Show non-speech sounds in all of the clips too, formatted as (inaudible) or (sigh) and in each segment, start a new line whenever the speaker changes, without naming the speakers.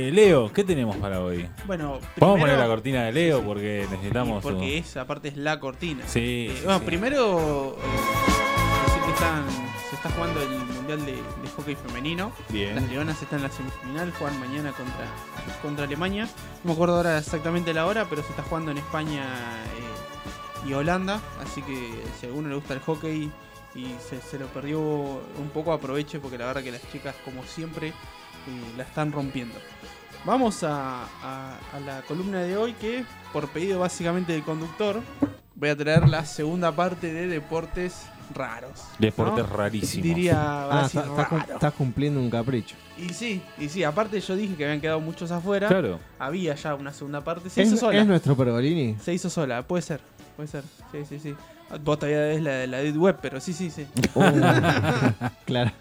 Eh, Leo, ¿qué tenemos para hoy?
Bueno,
Vamos a
primero-
poner la cortina de Leo porque necesitamos.
y Porque
su-
esa parte es la cortina.
Sí,
Eh,
sí,
bueno,
sí.
primero eh, decir que están, se está jugando el Mundial de, de Hockey Femenino. Las
Bien.
Leonas están en la semifinal, juegan mañana contra, contra Alemania. No me acuerdo ahora exactamente la hora, pero se está jugando en España eh, y Holanda. Así que si a alguno le gusta el hockey y se, se lo perdió un poco, aproveche porque la verdad que las chicas, como siempre, eh, la están rompiendo. Vamos a, a- a la columna de hoy que, por pedido básicamente del conductor, voy a traer la segunda parte de deportes raros. ¿no?
Deportes rarísimos.
Diría
Ah,
Brasil
está- está cum-
raro.
estás cumpliendo un capricho.
Y sí, y sí, aparte yo dije que habían quedado muchos
(laughs)
afuera.
Claro.
Había ya una segunda parte. Se
¿Es,
hizo sola.
es
(laughs)
nuestro Pergolini?
Se hizo sola, puede ser. Puede ser. Sí, sí, sí. Vos todavía es la de la Dead Web, pero
(laughs)
sí, sí, sí.
Oh. Clara-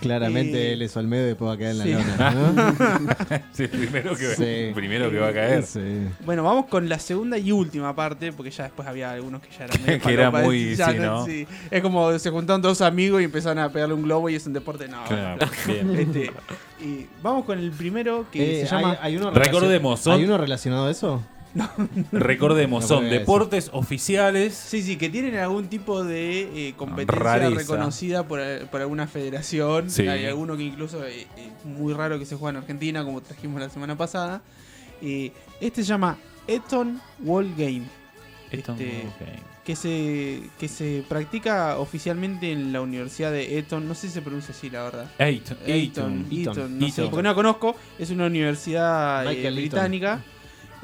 claramente
Eh,
él es Olmedo y después va a caer en la
sí. (laughs)
lona,
Es el primero que,
Sí.
primero que va a
¿no?
caer.
Sí.
Bueno, vamos con la segunda y última parte, porque ya después había algunos que ya eran medio
(laughs) Que era
palopas,
muy-
(laughs) ya
sí, ¿no?
Es como se juntaron dos amigos y empezaron a pegarle un globo y es un deporte. No,
Claro, bien.
(laughs) este, y vamos con el primero que
Eh,
se llama.
hay, hay uno
Recordemos,
relacion-
son-
¿Hay uno relacionado a eso?
Recordemos,
No
son
podía decir.
deportes oficiales.
Sí, sí, que tienen algún tipo de eh, competencia
Ah, Rareza.
reconocida por, eh, por alguna federación.
Sí.
Hay alguno que incluso eh, eh, muy raro que se juega en Argentina, como trajimos la semana pasada. Eh, este se llama Eton Wall Game,
Esto-
Este-
ok.
que se, que se practica oficialmente en la Universidad de Eton. No sé si se pronuncia así, la verdad.
Eight-
Eton,
Eighton.
Eton, no sé,
Eton.
porque no la conozco. Es una universidad eh,
Michael Eton.
británica,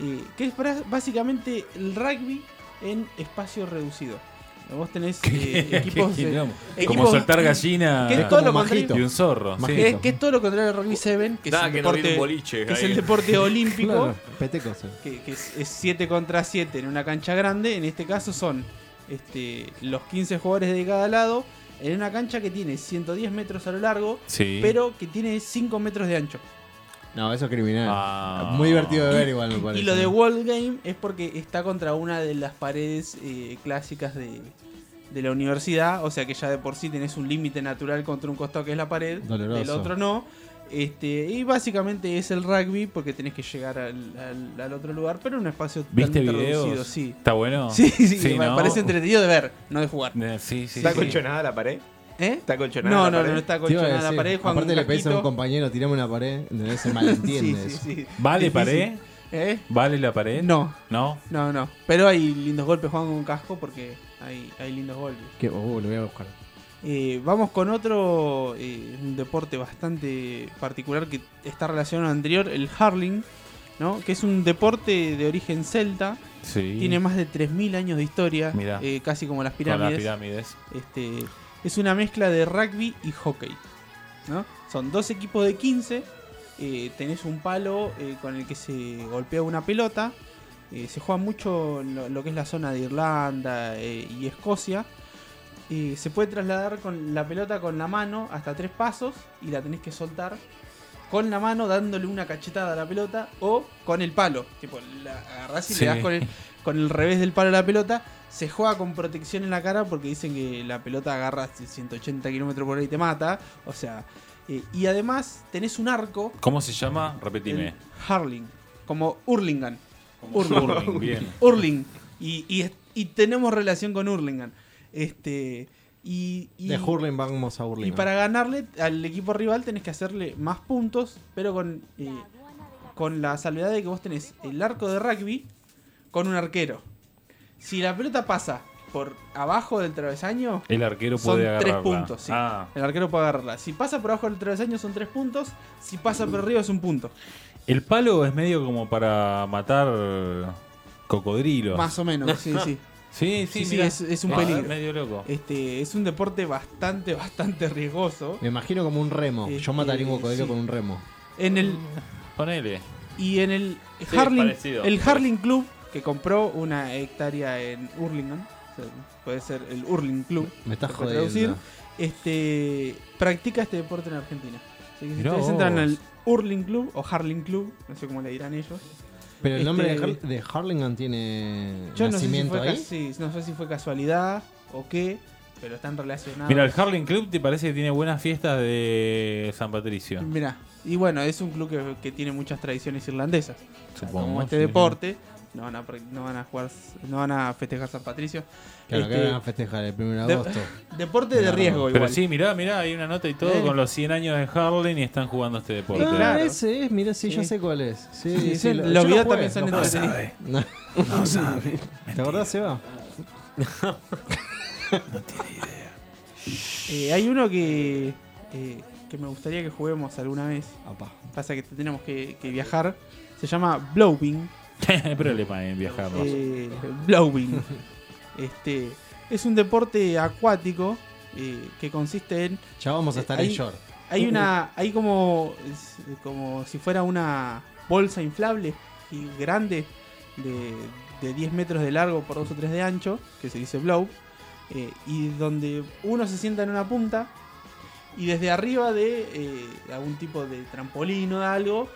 eh, que es pra- básicamente el rugby en espacio reducido. Vos tenés eh,
(laughs) Qué
equipos, eh,
quilombo. Como
equipos-
soltar gallina
que es
Ah,
todo lo
como
contrario.
majito.
y un zorro. sí.
que es, que es todo lo contrario al rugby 7, que, es
Nada,
el
que no viene
deporte,
un boliche.
que es
ahí.
el
(laughs)
deporte olímpico,
Claro, petecos. eh.
que, que es 7 contra 7 en una cancha grande. En este caso son este, los 15 jugadores de cada lado en una cancha que tiene 110 metros a lo largo,
Sí.
pero que tiene 5 metros de ancho.
No, eso es criminal.
Ah.
Muy divertido de ver igual, me parece.
Y lo de World Game es porque está contra una de las paredes eh, clásicas de, de la universidad, o sea que ya de por sí tenés un límite natural contra un costado que es la pared,
Doloroso.
del otro no. Este, y básicamente es el rugby porque tenés que llegar al, al- al otro lugar, pero en un espacio
¿Viste
totalmente
videos?
reducido, sí.
¿Está bueno?
(laughs) Sí, sí, me
¿no?
parece entretenido de ver, no de jugar.
Eh, Sí, sí,
¿Está
sí.
colchonada la pared?
¿Eh?
¿Está colchonada
No,
la
no,
pared?
no, está
Te iba a
colchonada la
decir,
pared, Juan
Aparte le pedís a un compañero, tirame una pared, entonces se
(laughs) Sí,
malentiende
sí,
eso.
sí.
¿Vale
Difícil.
pared?
¿Eh?
¿Vale la pared?
No,
¿No?
No, no. Pero hay lindos golpes, juegan con casco porque hay, hay lindos golpes.
Que- oh, lo voy a buscar.
Eh, vamos con otro, eh, un deporte bastante particular que está relacionado al anterior, el hurling, ¿no? que es un deporte de origen celta,
Sí.
tiene más de 3.000 años de historia,
Mirá.
eh, casi como las
Con las
pirámides.
pirámides.
Este, es una mezcla de rugby y hockey. ¿no? Son dos equipos de 15. eh, tenés un palo eh, con el que se golpea una pelota. eh, se juega mucho en lo, lo que es la zona de Irlanda eh, y Escocia. eh, se puede trasladar con la pelota con la mano hasta tres pasos y la tenés que soltar con la mano dándole una cachetada a la pelota o con el palo. Tipo, la agarrás y
Sí.
le das con el, con el revés del palo a la pelota. Se juega con protección en la cara porque dicen que la pelota agarra 180 kilómetros por hora y te mata. O sea, eh, y además tenés un arco,
¿Cómo se llama?
el
Repetime.
Harling, como Hurlingham.
Hurling, bien.
Hurling. Y, y- y tenemos relación con Hurlingham. Este, y, y-
De Hurling vamos a Hurling.
y para ganarle al equipo rival tenés que hacerle más puntos, pero con, eh, con la salvedad de que vos tenés el arco de rugby con un arquero. Si la pelota pasa por abajo del travesaño,
El arquero
Son
puede agarrarla.
tres puntos, sí.
Ah,
el arquero puede agarrarla. Si pasa por abajo del travesaño son tres puntos, si pasa por arriba es un punto.
el palo es medio como para matar cocodrilos.
Más o menos, sí,
(laughs)
sí.
Sí, sí,
Sí, sí,
mirá.
es- es un
Ah,
peligro.
medio loco.
Este, es un deporte bastante, bastante riesgoso.
Me imagino como un remo.
Eh,
Yo mataría un
eh,
cocodrilo
sí.
con un remo.
En el,
Ponele.
y en el
Sí,
Harling,
parecido.
el Harling Club, que compró una hectárea en Hurlingham, o sea, puede ser el Hurling Club,
Me estás
se puede traducir,
jodiendo.
este, practica este deporte en Argentina. Así que si
Mirá
ustedes
vos.
entran al Hurling Club o Harling Club, no sé cómo le dirán ellos.
Pero el nombre
Este-
de, Har- de Harlingham tiene
Yo no sé, si
nacimiento
fue
ahí.
casi- no sé si fue casualidad o qué, pero están relacionados.
Mira, el Harling Club te parece que tiene buenas fiestas de San Patricio.
Mirá, Y bueno, es un club que, que tiene muchas tradiciones irlandesas. O sea,
Supongo,
como este
sí, sí.
deporte, no van, a, prac- no van a jugar, no van a festejar San Patricio.
Claro,
Este,
que van a festejar el 1 de
de-
agosto.
deporte de
Claro.
riesgo
Pero
igual.
sí, mirá, mirá, hay una nota y todo
Eh.
con los 100 años de Harlem y están jugando este deporte.
Ah,
claro.
ese es, mira, sí,
Sí.
yo sé cuál es. Sí,
Sí,
sí,
sí,
lo-
los
yo
videos
jugué,
también son
(laughs) jugué.
entretenidos.
No.
No sabe.
¿Te acordás, Seba?
Eh, hay uno que, eh, que me gustaría que juguemos alguna vez.
Apá.
Pasa que tenemos que, que viajar. Se llama Blowing.
(laughs) Pero le en viajar. ¿no?
Eh,
(laughs)
blowing. este, es un deporte acuático eh, que consiste en
Ya vamos a estar
Ahí-
en short.
Hay una. Hay como. es como si fuera una bolsa inflable y grande de, de 10 metros de largo por 2 o 3 de ancho, que se dice blow. eh, y donde uno se sienta en una punta y desde arriba de eh, algún tipo de trampolín o de algo,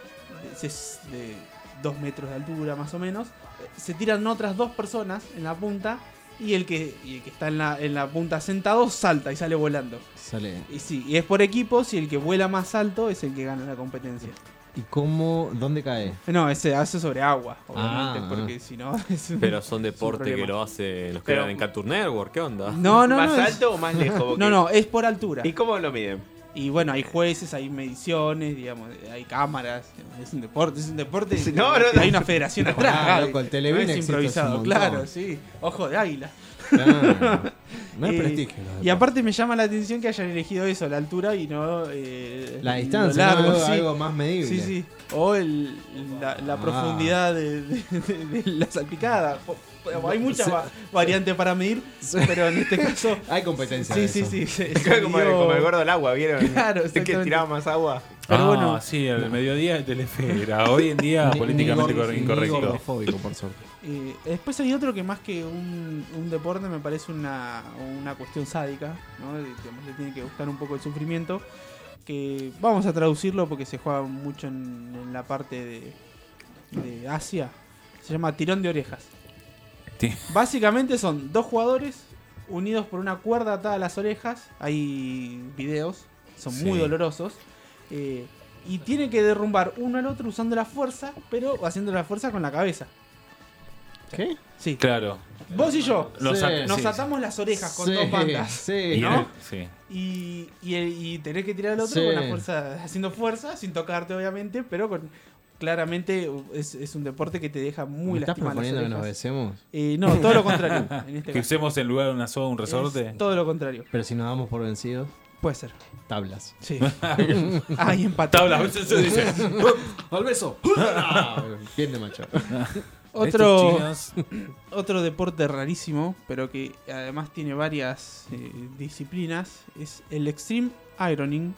de, se- de 2 metros de altura más o menos, eh, se tiran otras dos personas en la punta y el que, y el que está en la, en la punta sentado salta y sale volando.
Sale.
Y sí, y es por equipos y el que vuela más alto es el que gana la competencia. Eh,
¿Y cómo?
(laughs)
¿Dónde cae?
No, ese hace sobre agua, obviamente,
Ah.
porque si no (laughs) es un-
Pero son deportes que
problema.
lo hacen los que
Pero-
eran en Cartoon Network. ¿Qué onda?
No, no,
¿Más
no. es-
alto o más lejos? Porque-
No, no, es por altura.
¿Y cómo lo miden?
Y bueno, hay jueces, hay mediciones, digamos, hay cámaras, es un deporte, es un deporte.
Sí, no, no, no.
Hay una federación atrás.
Ah,
Gaby.
loco, el
No es
Televín existe hace un
improvisado,
montón.
claro, sí. Ojo de águila.
Claro. No es
Eh,
prestigio. lo de-
Y aparte me llama la atención que hayan elegido eso, la altura y no eh,
la
lo
distancia,
largo,
¿no? algo,
sí.
algo más medible.
Sí, sí. O el, la, la
Ah.
profundidad de, de- de- de la salpicada. Po- po- Hay muchas va- variantes para medir, pero en este caso.
Hay competencia.
Sí,
de
sí,
eso.
sí. (laughs) se-
Es
se
(laughs) como,
dio-
como el gordo del agua, ¿vieron?
Claro,
Es que
exactamente.
tiraba más agua.
Pero
ah,
bueno.
sí, al mediodía de Telefera. Hoy en día
Ni-
Ah, políticamente
ni gor-
cor-
ni
incorrecto.
gordofóbico, por suerte.
Eh, después hay otro que, más que un, un deporte, me parece una, una cuestión sádica. ¿no? De- digamos, le tiene que gustar un poco el sufrimiento. Que vamos a traducirlo porque se juega mucho en, en la parte de, de Asia. Se llama tirón de orejas.
Sí.
Básicamente son dos jugadores unidos por una cuerda atada a las orejas. Hay videos, son muy
Sí.
dolorosos. eh, y tiene que derrumbar uno al otro usando la fuerza, pero haciendo la fuerza con la cabeza.
¿Qué?
Sí.
Claro.
Vos y yo
Los
Sí,
at-
nos
sí,
atamos las orejas con
Sí,
dos bandas.
Sí.
sí.
¿no?
Y el- sí.
Y, y, el- y tenés que tirar al otro
Sí.
con la fuerza, haciendo fuerza, sin tocarte, obviamente, pero con. Claramente es, es un deporte que te deja
¿Me
muy
estás
lastimado.
proponiendo que nos besemos?
Eh, no, todo lo
(laughs)
contrario. En este
Que
caso.
usemos en lugar de una soga un resorte.
Es todo lo contrario.
Pero si nos damos por vencidos,
Puede ser.
tablas.
Sí. Ay, empató.
Tablas, eso dice.
¡Al beso! (laughs) Bien de macho.
(laughs) Otro,
Estos chinos-
otro deporte rarísimo, pero que además tiene varias eh, disciplinas, es el Extreme Ironing.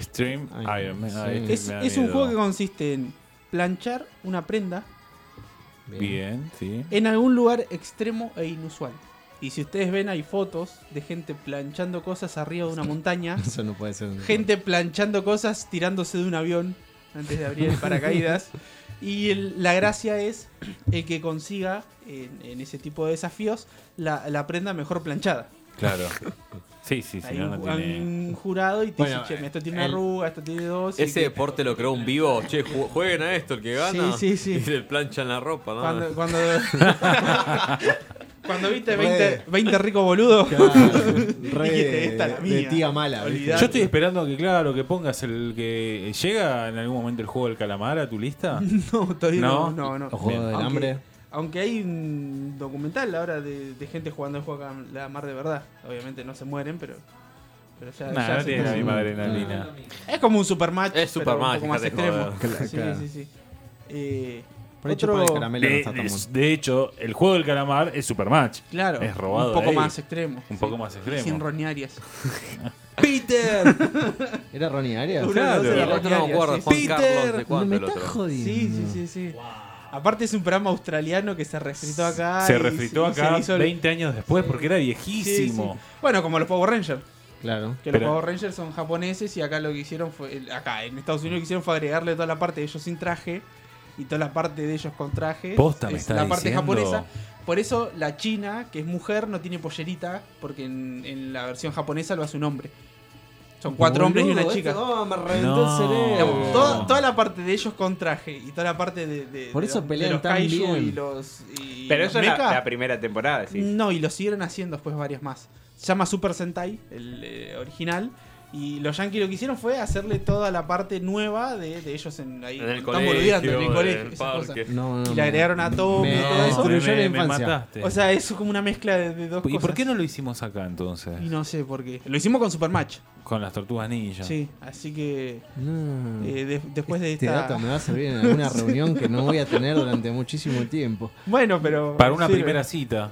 Stream
Ay,
Iron Man.
sí.
Ay, este
Es,
me da
es un
miedo.
juego que consiste en planchar una prenda
Bien, sí.
en algún lugar extremo e inusual. Y si ustedes ven hay fotos de gente planchando cosas arriba de
(laughs)
una montaña,
Eso no puede ser un
gente planchando cosas tirándose de un avión antes de abrir el
(laughs)
paracaídas. Y el- la gracia es el que consiga en, en ese tipo de desafíos la, la prenda mejor planchada.
Claro. Sí, sí, sí.
Hay
No,
un,
no tiene.
un jurado y te
Bueno,
dice, che, esto tiene
el-
una arruga, esto tiene dos. y
Ese
que-
deporte lo creó un vivo. Che, ju- jueguen a esto, el que gana.
Sí, sí, sí.
Y le planchan la ropa, ¿no?
Ah.
Cuando,
(laughs)
cuando, cuando viste
Re.
20, 20 ricos boludos. (laughs)
Re
Dijiste, "Esta es la
de,
mía".
de tía mala. ¿viste?
Olvidate.
Yo estoy esperando que, claro, que pongas el que. ¿Llega en algún momento el juego del calamar a tu
(laughs)
lista?
(laughs) No, todavía no,
No.
no, no.
Los juegos del
Aunque-
hambre.
Aunque hay un documental ahora de, de gente jugando el juego a la mar de verdad. Obviamente no se mueren, pero. pero ya,
No,
ya
no
se-
tiene la
sí.
misma
Ah.
adrenalina.
Es como un supermatch.
Es
pero un
supermatch,
poco más
dejate
extremo.
joder.
Claro,
sí,
claro.
sí, sí. Eh,
Por ahí
otro-
chupan el caramelo no
De,
está tan bueno.
de- de hecho, el juego del calamar es Supermatch.
Claro,
Es robado
un
de
poco
ahí.
más extremo.
Un poco más extremo. (laughs)
Sin roñarias.
¡Peter!
¿Era Ronnie Arias?
Uno de los dos
Claro.
era
El otro no me
roñarias,
acuerdo,
sí, sí.
Juan Carlos, ¿de
No
cuándo
me
el
estás
otro?
jodiendo.
Sí, sí, sí, sí. Aparte es un programa australiano que se refritó acá.
se
y-
refritó
y se
acá
hizo el-
20 años después porque era
Sí,
viejísimo.
sí. Bueno, como los Power Rangers.
Claro.
Que
Pero-
los Power Rangers son japoneses y acá lo que hicieron fue. el- Acá en Estados Unidos lo que hicieron fue agregarle toda la parte de ellos sin traje y toda la parte de ellos con traje.
Posta, me
es
está
la parte
diciendo.
japonesa. Por eso la china, que es mujer, no tiene pollerita, porque en, en la versión japonesa lo hace un hombre. Son cuatro hombres y una
Boludo,
chica.
esto- oh, me reventó
No.
el cerebro.
Digamos,
Toda, toda la parte de ellos con traje y toda la parte de, de-
Por
de
eso
los-
pelean
de los
tan
kaiju
bien.
y los y
Pero
los
eso es la,
mecha.
la primera temporada, sí.
No, y lo siguieron haciendo después varias más. Se llama Super Sentai, el eh, original. Y los Yankees lo que hicieron fue hacerle toda la parte nueva de, de ellos en, ahí,
En el
tan
colegio,
boludeando,
en el
esas cosas.
parque.
No, no,
Y le
no.
agregaron a todo.
Me-
todo eso.
destruyó
me-
la
me
infancia.
mataste.
O sea, eso es como una mezcla de, de dos
¿Y
cosas.
por qué no lo hicimos acá entonces?
Y no sé por qué. Lo hicimos con Supermatch.
Con las tortugas ninja.
Sí, así que
No.
eh, de- después de
este
esta.
dato me va a servir en alguna reunión que no voy a tener durante muchísimo tiempo.
Bueno, pero.
Para una
sirve.
primera cita.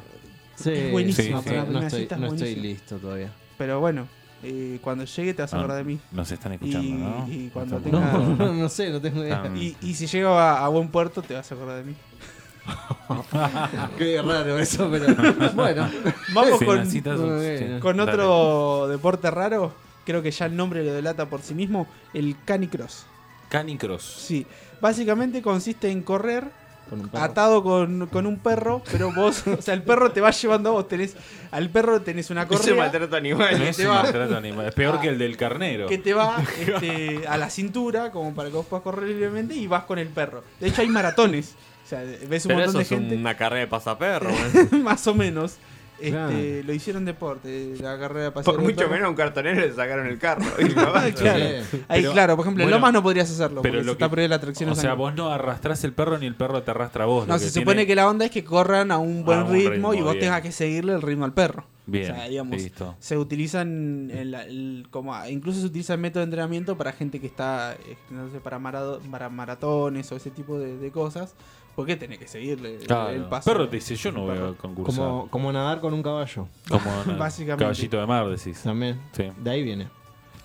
Sí,
Es buenísimo,
no,
para la
no
primera
estoy,
cita es
no estoy
buenísimo.
listo todavía.
Pero bueno, eh, cuando llegue te vas a
Ah.
acordar de mí.
Nos están escuchando,
Y-
¿no?
y cuando
Estamos-
tenga-
No, (laughs) no, no sé, no tengo idea.
Tan-
Y, y si llego a, a buen puerto, te vas a acordar de mí.
Qué raro eso,
(laughs)
pero bueno.
Vamos
Sí,
con,
las citas son-
Bueno.
sí.
con
Dale.
otro deporte raro. Creo que ya el nombre lo delata por sí mismo. El canicross.
Canicross.
Sí. Básicamente consiste en correr
Con un perro.
atado con, con un perro, pero vos, (laughs) o sea, el perro te va llevando a vos. Tenés, al perro tenés una
Ese
correa
maltrato
No
animal.
es un maltrato animal, Es peor que el del carnero.
que te va este, a la cintura, como para que vos puedas correr libremente, y vas con el perro. De hecho, hay maratones. O sea, ves un
Pero
montón
eso
de
es
gente.
una carrera de pasaperro. ¿eh?
(laughs) más o menos. Este,
Claro.
Lo hicieron deporte, la carrera pasó.
Por mucho menos a un cartonero le sacaron el
(laughs)
carro. Y capaz-
Ah, Claro.
Sí.
Ahí,
Pero-
claro, por ejemplo,
bueno,
en Lomas no podrías hacerlo,
pero
pero porque
lo
está
que-
prohibida la atracción.
O sea,
animal.
vos no arrastrás el perro ni el perro te arrastra a vos.
no,
lo
se
que
supone
tiene-
que la onda es que corran a un buen
A un
ritmo,
ritmo,
y vos
bien.
tengas que seguirle el ritmo al perro.
Bien,
O sea, digamos,
listo.
se utilizan en la- el- como a- incluso se utiliza el método de entrenamiento para gente que está eh, no sé, para, marado- para maratones o ese tipo de, de cosas. Porque tenés que seguirle el-
Claro.
el paso.
perro te dice, yo no voy a concursar.
Como, como nadar con un caballo.
Como en el
(laughs) Básicamente.
caballito de mar, decís.
También.
Sí.
De ahí viene.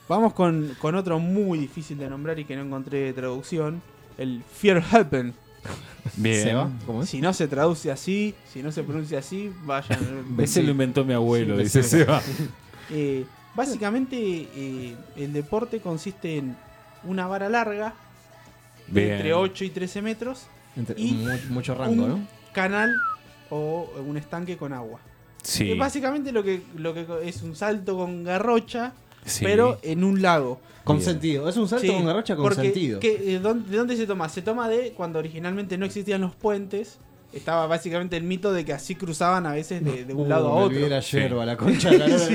Vamos con, con otro muy difícil de nombrar y que no encontré traducción. El Fear Happen.
Bien.
¿Se va? ¿Cómo es?
Si no se traduce así, si no se pronuncia así,
(laughs)
vayan.
Ese lo inventó mi abuelo,
Sí,
dice Seba.
Eh, básicamente, eh, el deporte consiste en una vara larga,
Bien.
(laughs) entre 8 y 13 metros,
Entre-
Y
mu- mucho rango,
un
¿no?
canal o un estanque con agua.
Sí.
Es básicamente lo que, lo que es un salto con garrocha,
sí.
pero en un lago.
Con
Bien.
sentido. Es un salto
Sí,
con garrocha con
porque,
sentido.
que, eh, ¿dónde- ¿De dónde se toma? Se toma de cuando originalmente no existían los puentes. Estaba básicamente el mito de que así cruzaban a veces de, de un
Uh,
lado a
me
otro.
olvidé la yerba, la concha de la
(laughs)
lora.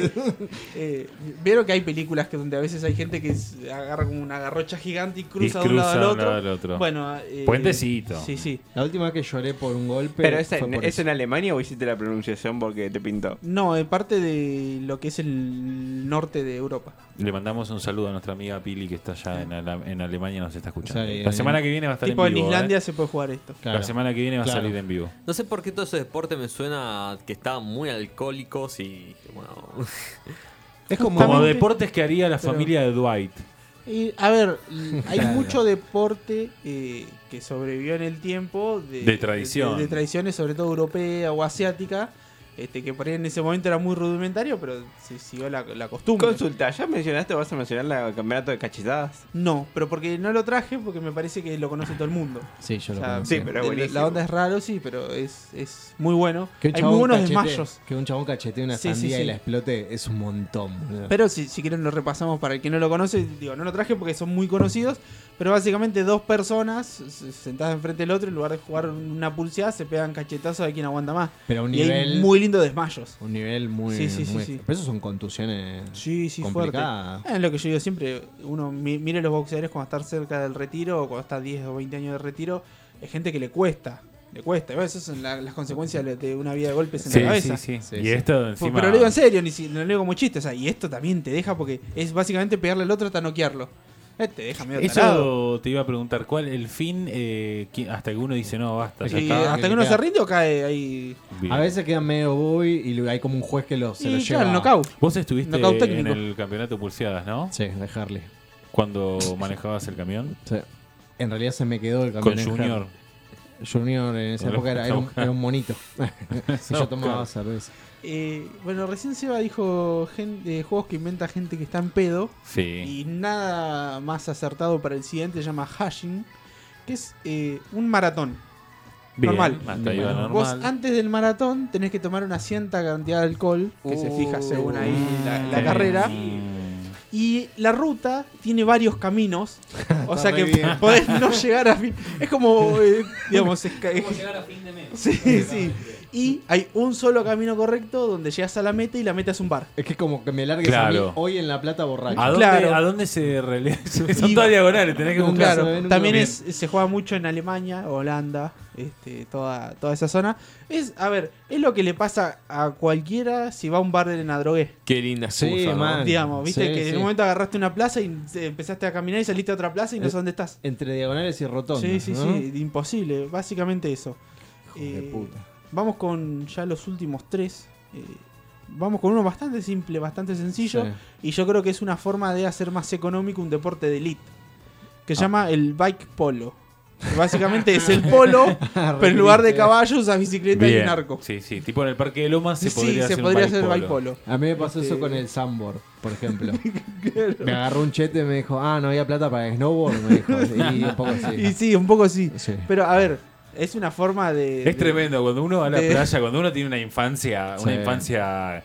Eh, Vieron que hay películas que donde a veces hay gente que s- agarra como una garrocha gigante y
Y
cruza, de un lado al
de un
otro.
lado al otro.
Bueno, eh,
Puentecito.
Sí, sí.
La última vez que lloré por un golpe.
Pero esa-
fue por
¿es
eso.
en Alemania o hiciste la pronunciación porque te pintó?
No, eh, parte de lo que es el norte de Europa.
Le mandamos un saludo a nuestra amiga Pili que está allá en, Ala- en Alemania y nos está escuchando.
O sea,
la
en-
semana que viene va a estar
tipo
en vivo.
en
¿eh?
Islandia se puede jugar esto.
Claro.
La semana que viene va
Claro.
a salir en vivo.
No sé por qué todo ese deporte me suena a que estaban muy alcohólicos y. Bueno, (laughs)
Es como.
Como
Justamente-
deportes que haría la
Pero-
familia de Dwight.
Y, a ver, l- hay
Claro.
mucho deporte eh, que sobrevivió en el tiempo de,
De tradición.
de, de tradiciones, sobre todo europea o asiática, este, que por ahí en ese momento era muy rudimentario, pero se siguió la, la costumbre.
Consulta, ¿ya mencionaste o vas a mencionar el campeonato de cachetadas?
No, pero porque no lo traje, porque me parece que lo conoce todo el mundo.
Sí, yo
O
lo
sea,
conozco.
sí, pero-
la-
buenísimo.
La onda es raro, sí, pero es, es muy bueno.
Que un
Hay
chabón
muy buenos
cachetee-
desmayos.
Que un chabón cachetee una
Sí, sí,
sandía
sí.
y la explote es un montón, boludo.
(laughs) Pero si, si quieren lo repasamos para el que no lo conoce, digo, no lo traje porque son muy conocidos, pero básicamente dos personas se- sentadas enfrente del otro, en lugar de jugar una pulseada, se pegan cachetazos de quien aguanta más.
Pero a un
Y hay
nivel.
muy lindo desmayos.
Un nivel muy.
Sí, sí, sí,
muy-
sí.
Pero eso son contusiones.
Sí, sí,
Complicada.
fuerte. Es lo que yo digo siempre, uno mi- mire los boxeadores cuando están cerca del retiro o cuando está 10 o 20 años de retiro, es gente que le cuesta, le cuesta. Bueno, Esas son la- las consecuencias de- de una vida de golpes en la cabeza.
Sí,
Y
sí.
esto
Fue-
encima.
Pero lo digo en serio, ni si, no lo digo como chiste. O sea, y esto también te deja porque es básicamente pegarle al otro hasta noquearlo. Eh, te deja medio tarado.
Eso te iba a preguntar, ¿cuál el fin? eh, qui- hasta que uno dice, no, basta. ya
Y
está.
acá,
hasta
que
que uno
te
se
queda.
rinde o cae ahí.
Bien.
A veces quedan medio boy y lo- hay como un juez que lo, se
y
lo
ya,
lleva.
el knockout.
Vos estuviste
Knockout
en
técnico.
el campeonato pulseadas, ¿no?
Sí, de Harley.
Cuando manejabas el camión.
Sí. En realidad se me quedó el
Con
campeón.
Junior.
Junior en esa
Lo
época era, era un,
buscaba.
era un monito. (laughs) y yo tomaba
Claro.
cerveza.
Eh, bueno, recién Seba dijo gen- eh, juegos que inventa gente que está en pedo.
Sí.
Y nada más acertado para el siguiente, se llama hashing, que es eh, un maratón.
Bien,
normal.
Hasta ahí va
Bueno,
Vos
normal.
antes del maratón tenés que tomar una cierta cantidad de alcohol, que se fija según ahí la, la
Uh, Sí.
carrera.
Mm.
Y la ruta tiene varios caminos.
(laughs)
o sea
re
que
bien.
podés no llegar a fin. Es como,
(laughs)
eh, digamos, es ca-
llegar a fin de mes.
Sí, sí. Y hay un solo camino correcto donde llegas a la meta y la meta es un bar.
Es que es como que me largues a
Claro. Ah.
mí hoy en La Plata borracho.
¿A dónde,
Claro.
¿A dónde se relea? (laughs) Son
Y-
todas diagonales, tenés que
Claro.
buscar.
se ve nunca
También
bien.
es, se juega mucho en Alemania, Holanda, este, toda, toda esa zona. Es, a ver, es lo que le pasa a cualquiera si va a un bar de Nadrogué.
Qué linda
Sí,
excusa, ¿no?
man.
Digamos, viste
Sí,
que en
sí.
un momento agarraste una plaza y eh, empezaste a caminar y saliste a otra plaza
Eh,
y no sé dónde estás.
Entre diagonales y rotondas.
Sí, sí,
¿no?
sí, imposible, básicamente eso.
Hijo de
Eh,
puta.
Vamos con ya los últimos tres. eh, vamos con uno bastante simple, bastante sencillo. (laughs)
Sí.
Y yo creo que es una forma de hacer más económico un deporte de elite. Que se llama el bike polo. Que Básicamente es el polo,
Ah,
pero en lugar de caballos, a bicicleta y
Bien.
un arco.
Sí, sí, tipo en el Parque de Lomas se
Sí,
podría
se
hacer un
podría hacer
bike
bike polo.
A mí me pasó
Este-
eso con el sandboard,
(laughs)
por ejemplo. Me agarró un chete y me dijo, ah, no había plata para el snowboard, me
(laughs)
dijo. Y un poco así.
Y sí, un poco sí.
Sí.
Pero a ver, es una forma de.
Es tremendo, cuando uno va a la
de-
playa, cuando uno tiene una infancia, una
Sí.
infancia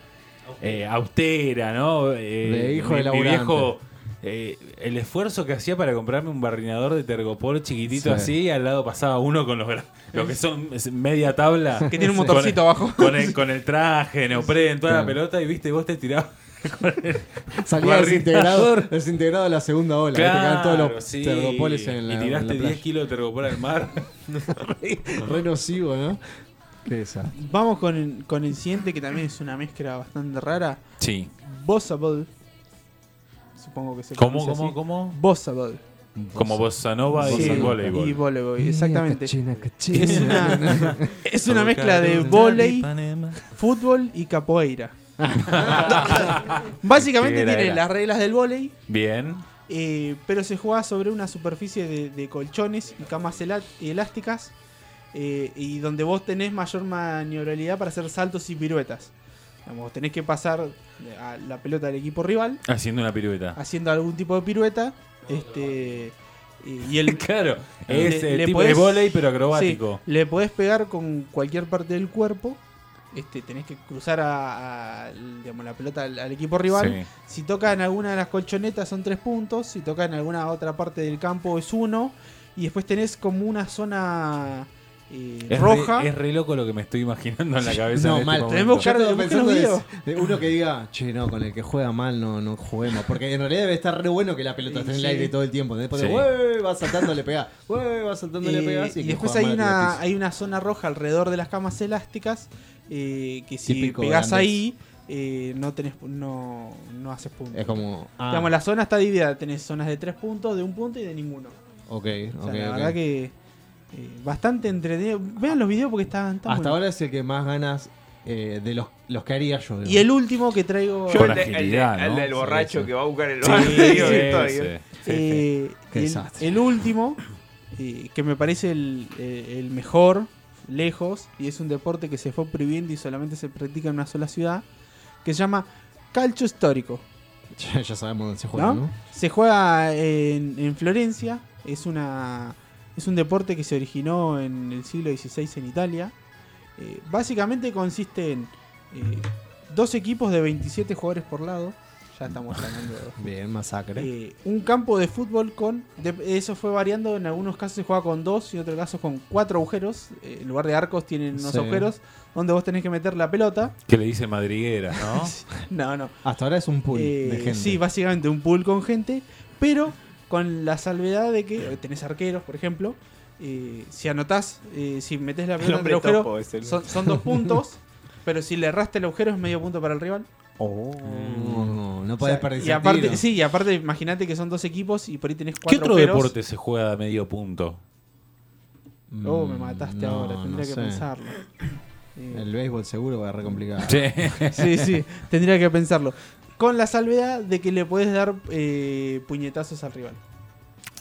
eh, austera, ¿no? Eh,
De hijo
mi,
de
mi
laburante.
viejo, eh, el esfuerzo que hacía para comprarme un barrinador de tergopor chiquitito
Sí.
así, y al lado pasaba uno con los, gra- los que son es- media tabla.
Que tiene
(laughs)
un
Con
motorcito
el-
abajo.
Con el, con el traje, de neopren, toda la
Claro.
pelota, y viste, vos te tirabas.
Salía
Barrigador.
desintegrado, desintegrado de la segunda ola. que te caen todos los
sí.
tergopoles en la,
y
en la
tiraste 10
playa.
kilos de tergopor al mar.
(laughs) Re nocivo, ¿no? Qué esa.
Vamos con el, con el siguiente, que también es una mezcla bastante rara.
(laughs) Sí.
Bossable. Supongo que se
¿Cómo,
conoce
cómo,
así.
cómo?
Bossable.
Como bossa nova y
Sí,
voleibol.
Y voleibol, exactamente.
(laughs)
Cachina,
(laughs)
cachina.
Es una, es una mezcla de volei, fútbol y capoeira. (laughs) Básicamente
Qué era,
tiene
era.
las reglas del volei,
Bien.
eh, pero se juega sobre una superficie de, de colchones y camas ela- elásticas, eh, y donde vos tenés mayor maniobrabilidad para hacer saltos y piruetas. Digamos, vos tenés que pasar a la pelota del equipo rival
Haciendo una pirueta.
haciendo algún tipo de pirueta. Este, y
(laughs)
y
(laughs)
el,
Claro.
Le-
Es eh,
le
tipo
podés-
de volei, pero
Sí,
acrobático.
le podés pegar con cualquier parte del cuerpo. Este, tenés que cruzar a, a- digamos, la pelota al, al equipo rival.
Sí.
Si toca en alguna de las colchonetas son tres puntos. Si toca en alguna otra parte del campo es uno. Y después tenés como una zona eh,
Es re-
roja.
es re loco lo que me estoy imaginando en la cabeza. en
No,
este
mal.
momento.
Tenemos que
Yo estaba
buscar-
pensando
busquen los
de- de uno que diga, che, no, con el que juega mal no, no juguemos. Porque en realidad debe estar re bueno que la
Y
pelota esté en el
sí.
aire todo el tiempo. Después de,
Sí.
"Ué", va saltando, le pegás. "Ué", va saltando, le
Eh,
pegás.
y
que
después
juega
hay
mal,
una,
tira
hay una zona roja alrededor de las camas elásticas eh, que si
Típico
pegás
holandés.
ahí eh, no tenés pu- no, no haces
piso.
puntos.
Es como. Ah,
Digamos, la zona está dividida, tenés zonas de tres puntos, de un punto y de ninguno.
ok,
O
ok,
sea, la
ok.
verdad que eh, bastante entretenido. Vean los videos porque están tan
Hasta
buenos.
ahora es el que más ganas eh, de los, los que haría yo.
Y el último que traigo
Yo
Con
el, de- el de-
agilidad,
el
¿no?
del
Sí,
borracho
sí.
que va a buscar
(laughs)
el
Sí,
bar. Digo, estoy,
ese.
eh,
Qué
el,
desastre.
el último, eh, que me parece el, eh, el mejor, lejos, y es un deporte que se fue prohibiendo y solamente se practica en una sola ciudad, que se llama calcio histórico.
(laughs) Ya, ya sabemos dónde se juega,
¿No?
¿no?
Se juega en, en Florencia, es una es un deporte que se originó en el siglo XVI en Italia. Eh, básicamente consiste en eh, dos equipos de 27 jugadores por lado. Ya estamos hablando de
Bien, masacre.
eh, un campo de fútbol con. de- eso fue variando. En algunos casos se juega con dos y en otros casos con cuatro agujeros. Eh, en lugar de arcos tienen unos
Sí.
agujeros donde vos tenés que meter la pelota.
Que le dice madriguera, ¿no?
(laughs) No, no.
Hasta ahora es un pool
Eh,
de gente.
Sí, básicamente un pool con gente, pero con la salvedad de que eh, tenés arqueros, por ejemplo. eh, si anotás, eh, si metes la
El
pelota en el
hombre
agujero,
topo es el.
son, son
(laughs)
dos puntos, pero si le erraste el agujero es medio punto para el rival.
No, no, no
O sea,
podés
y
desperdiciar
aparte,
tiro.
sí, y aparte, imagínate que son dos equipos y por ahí tenés cuatro
¿Qué otro
agujeros.
deporte se juega a medio punto? Mm,
Oh, me mataste
Mm, No,
ahora,
no
tendría que
(laughs)
sé.
pensarlo. Eh,
El béisbol seguro va a ser re complicado.
sí, sí, tendría que pensarlo. Con la salvedad de que le puedes dar eh, puñetazos al rival.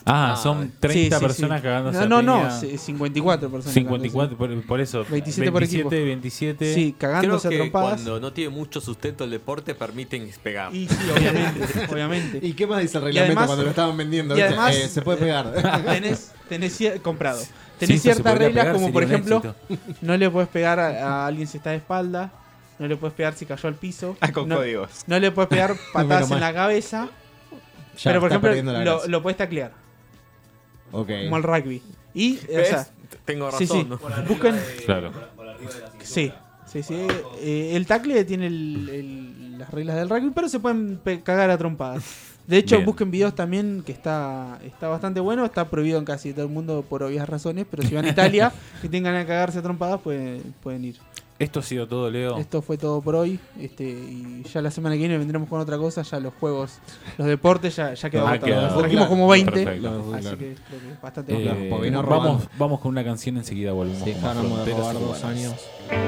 Ah,
Ah,
son
Sí,
30
sí, sí.
personas cagándose.
No,
a
no, no,
piña.
sí, 54 personas. cagándose.
54, por, por eso.
27 por equipo.
27.
Sí,
Creo
cagándose a
que
trompadas.
cuando no tiene mucho sustento el deporte permiten pegar.
Y sí, obviamente, obviamente.
¿Y qué más dice el reglamento
además-
cuando lo estaban vendiendo?
y
¿viste?
además-
Eh, se puede pegar.
(laughs) Tenés, tenés cier- comprado.
Sí,
Tenés
esto se
ciertas
podría
reglas
pegar,
como
sería
por
un
ejemplo,
éxito.
no le puedes pegar a, a alguien si está de espalda, no le puedes pegar si cayó al piso.
Ah, con
no,
códigos.
(laughs)
No le puedes pegar patadas
Menos
en la cabeza.
Ya
pero por
está
ejemplo,
perdiendo la
lo,
gracia.
lo podés taclear,
Ok.
como el rugby. Y, o
¿Ves?
sea,
Tengo
sí,
razón,
sí.
¿no?
Buscan.
Claro.
Sí, sí, sí. Eh, el tackle tiene el- el- las reglas del rugby, pero se pueden pe- cagar a trompadas. De hecho,
Bien.
busquen videos también que está, está bastante bueno. Está prohibido en casi todo el mundo por obvias razones, pero
(laughs)
si van a Italia y tengan a cagarse a trompadas, pueden, pueden ir.
Esto ha sido todo, Leo.
Esto fue todo por hoy. Este, y ya la semana que viene vendremos con otra cosa. Ya los juegos, los deportes, ya, ya quedó.
Ah,
Ah,
quedó.
Trajimos como 20.
Perfecto.
Lo-
Así
claro.
que creo que es bastante
Eh,
Claro, porque vino
vamos,
robando.
vamos con una canción, enseguida volvemos.
Se
con más
dejaron de
fronteras
robar dos
urbanas.
años.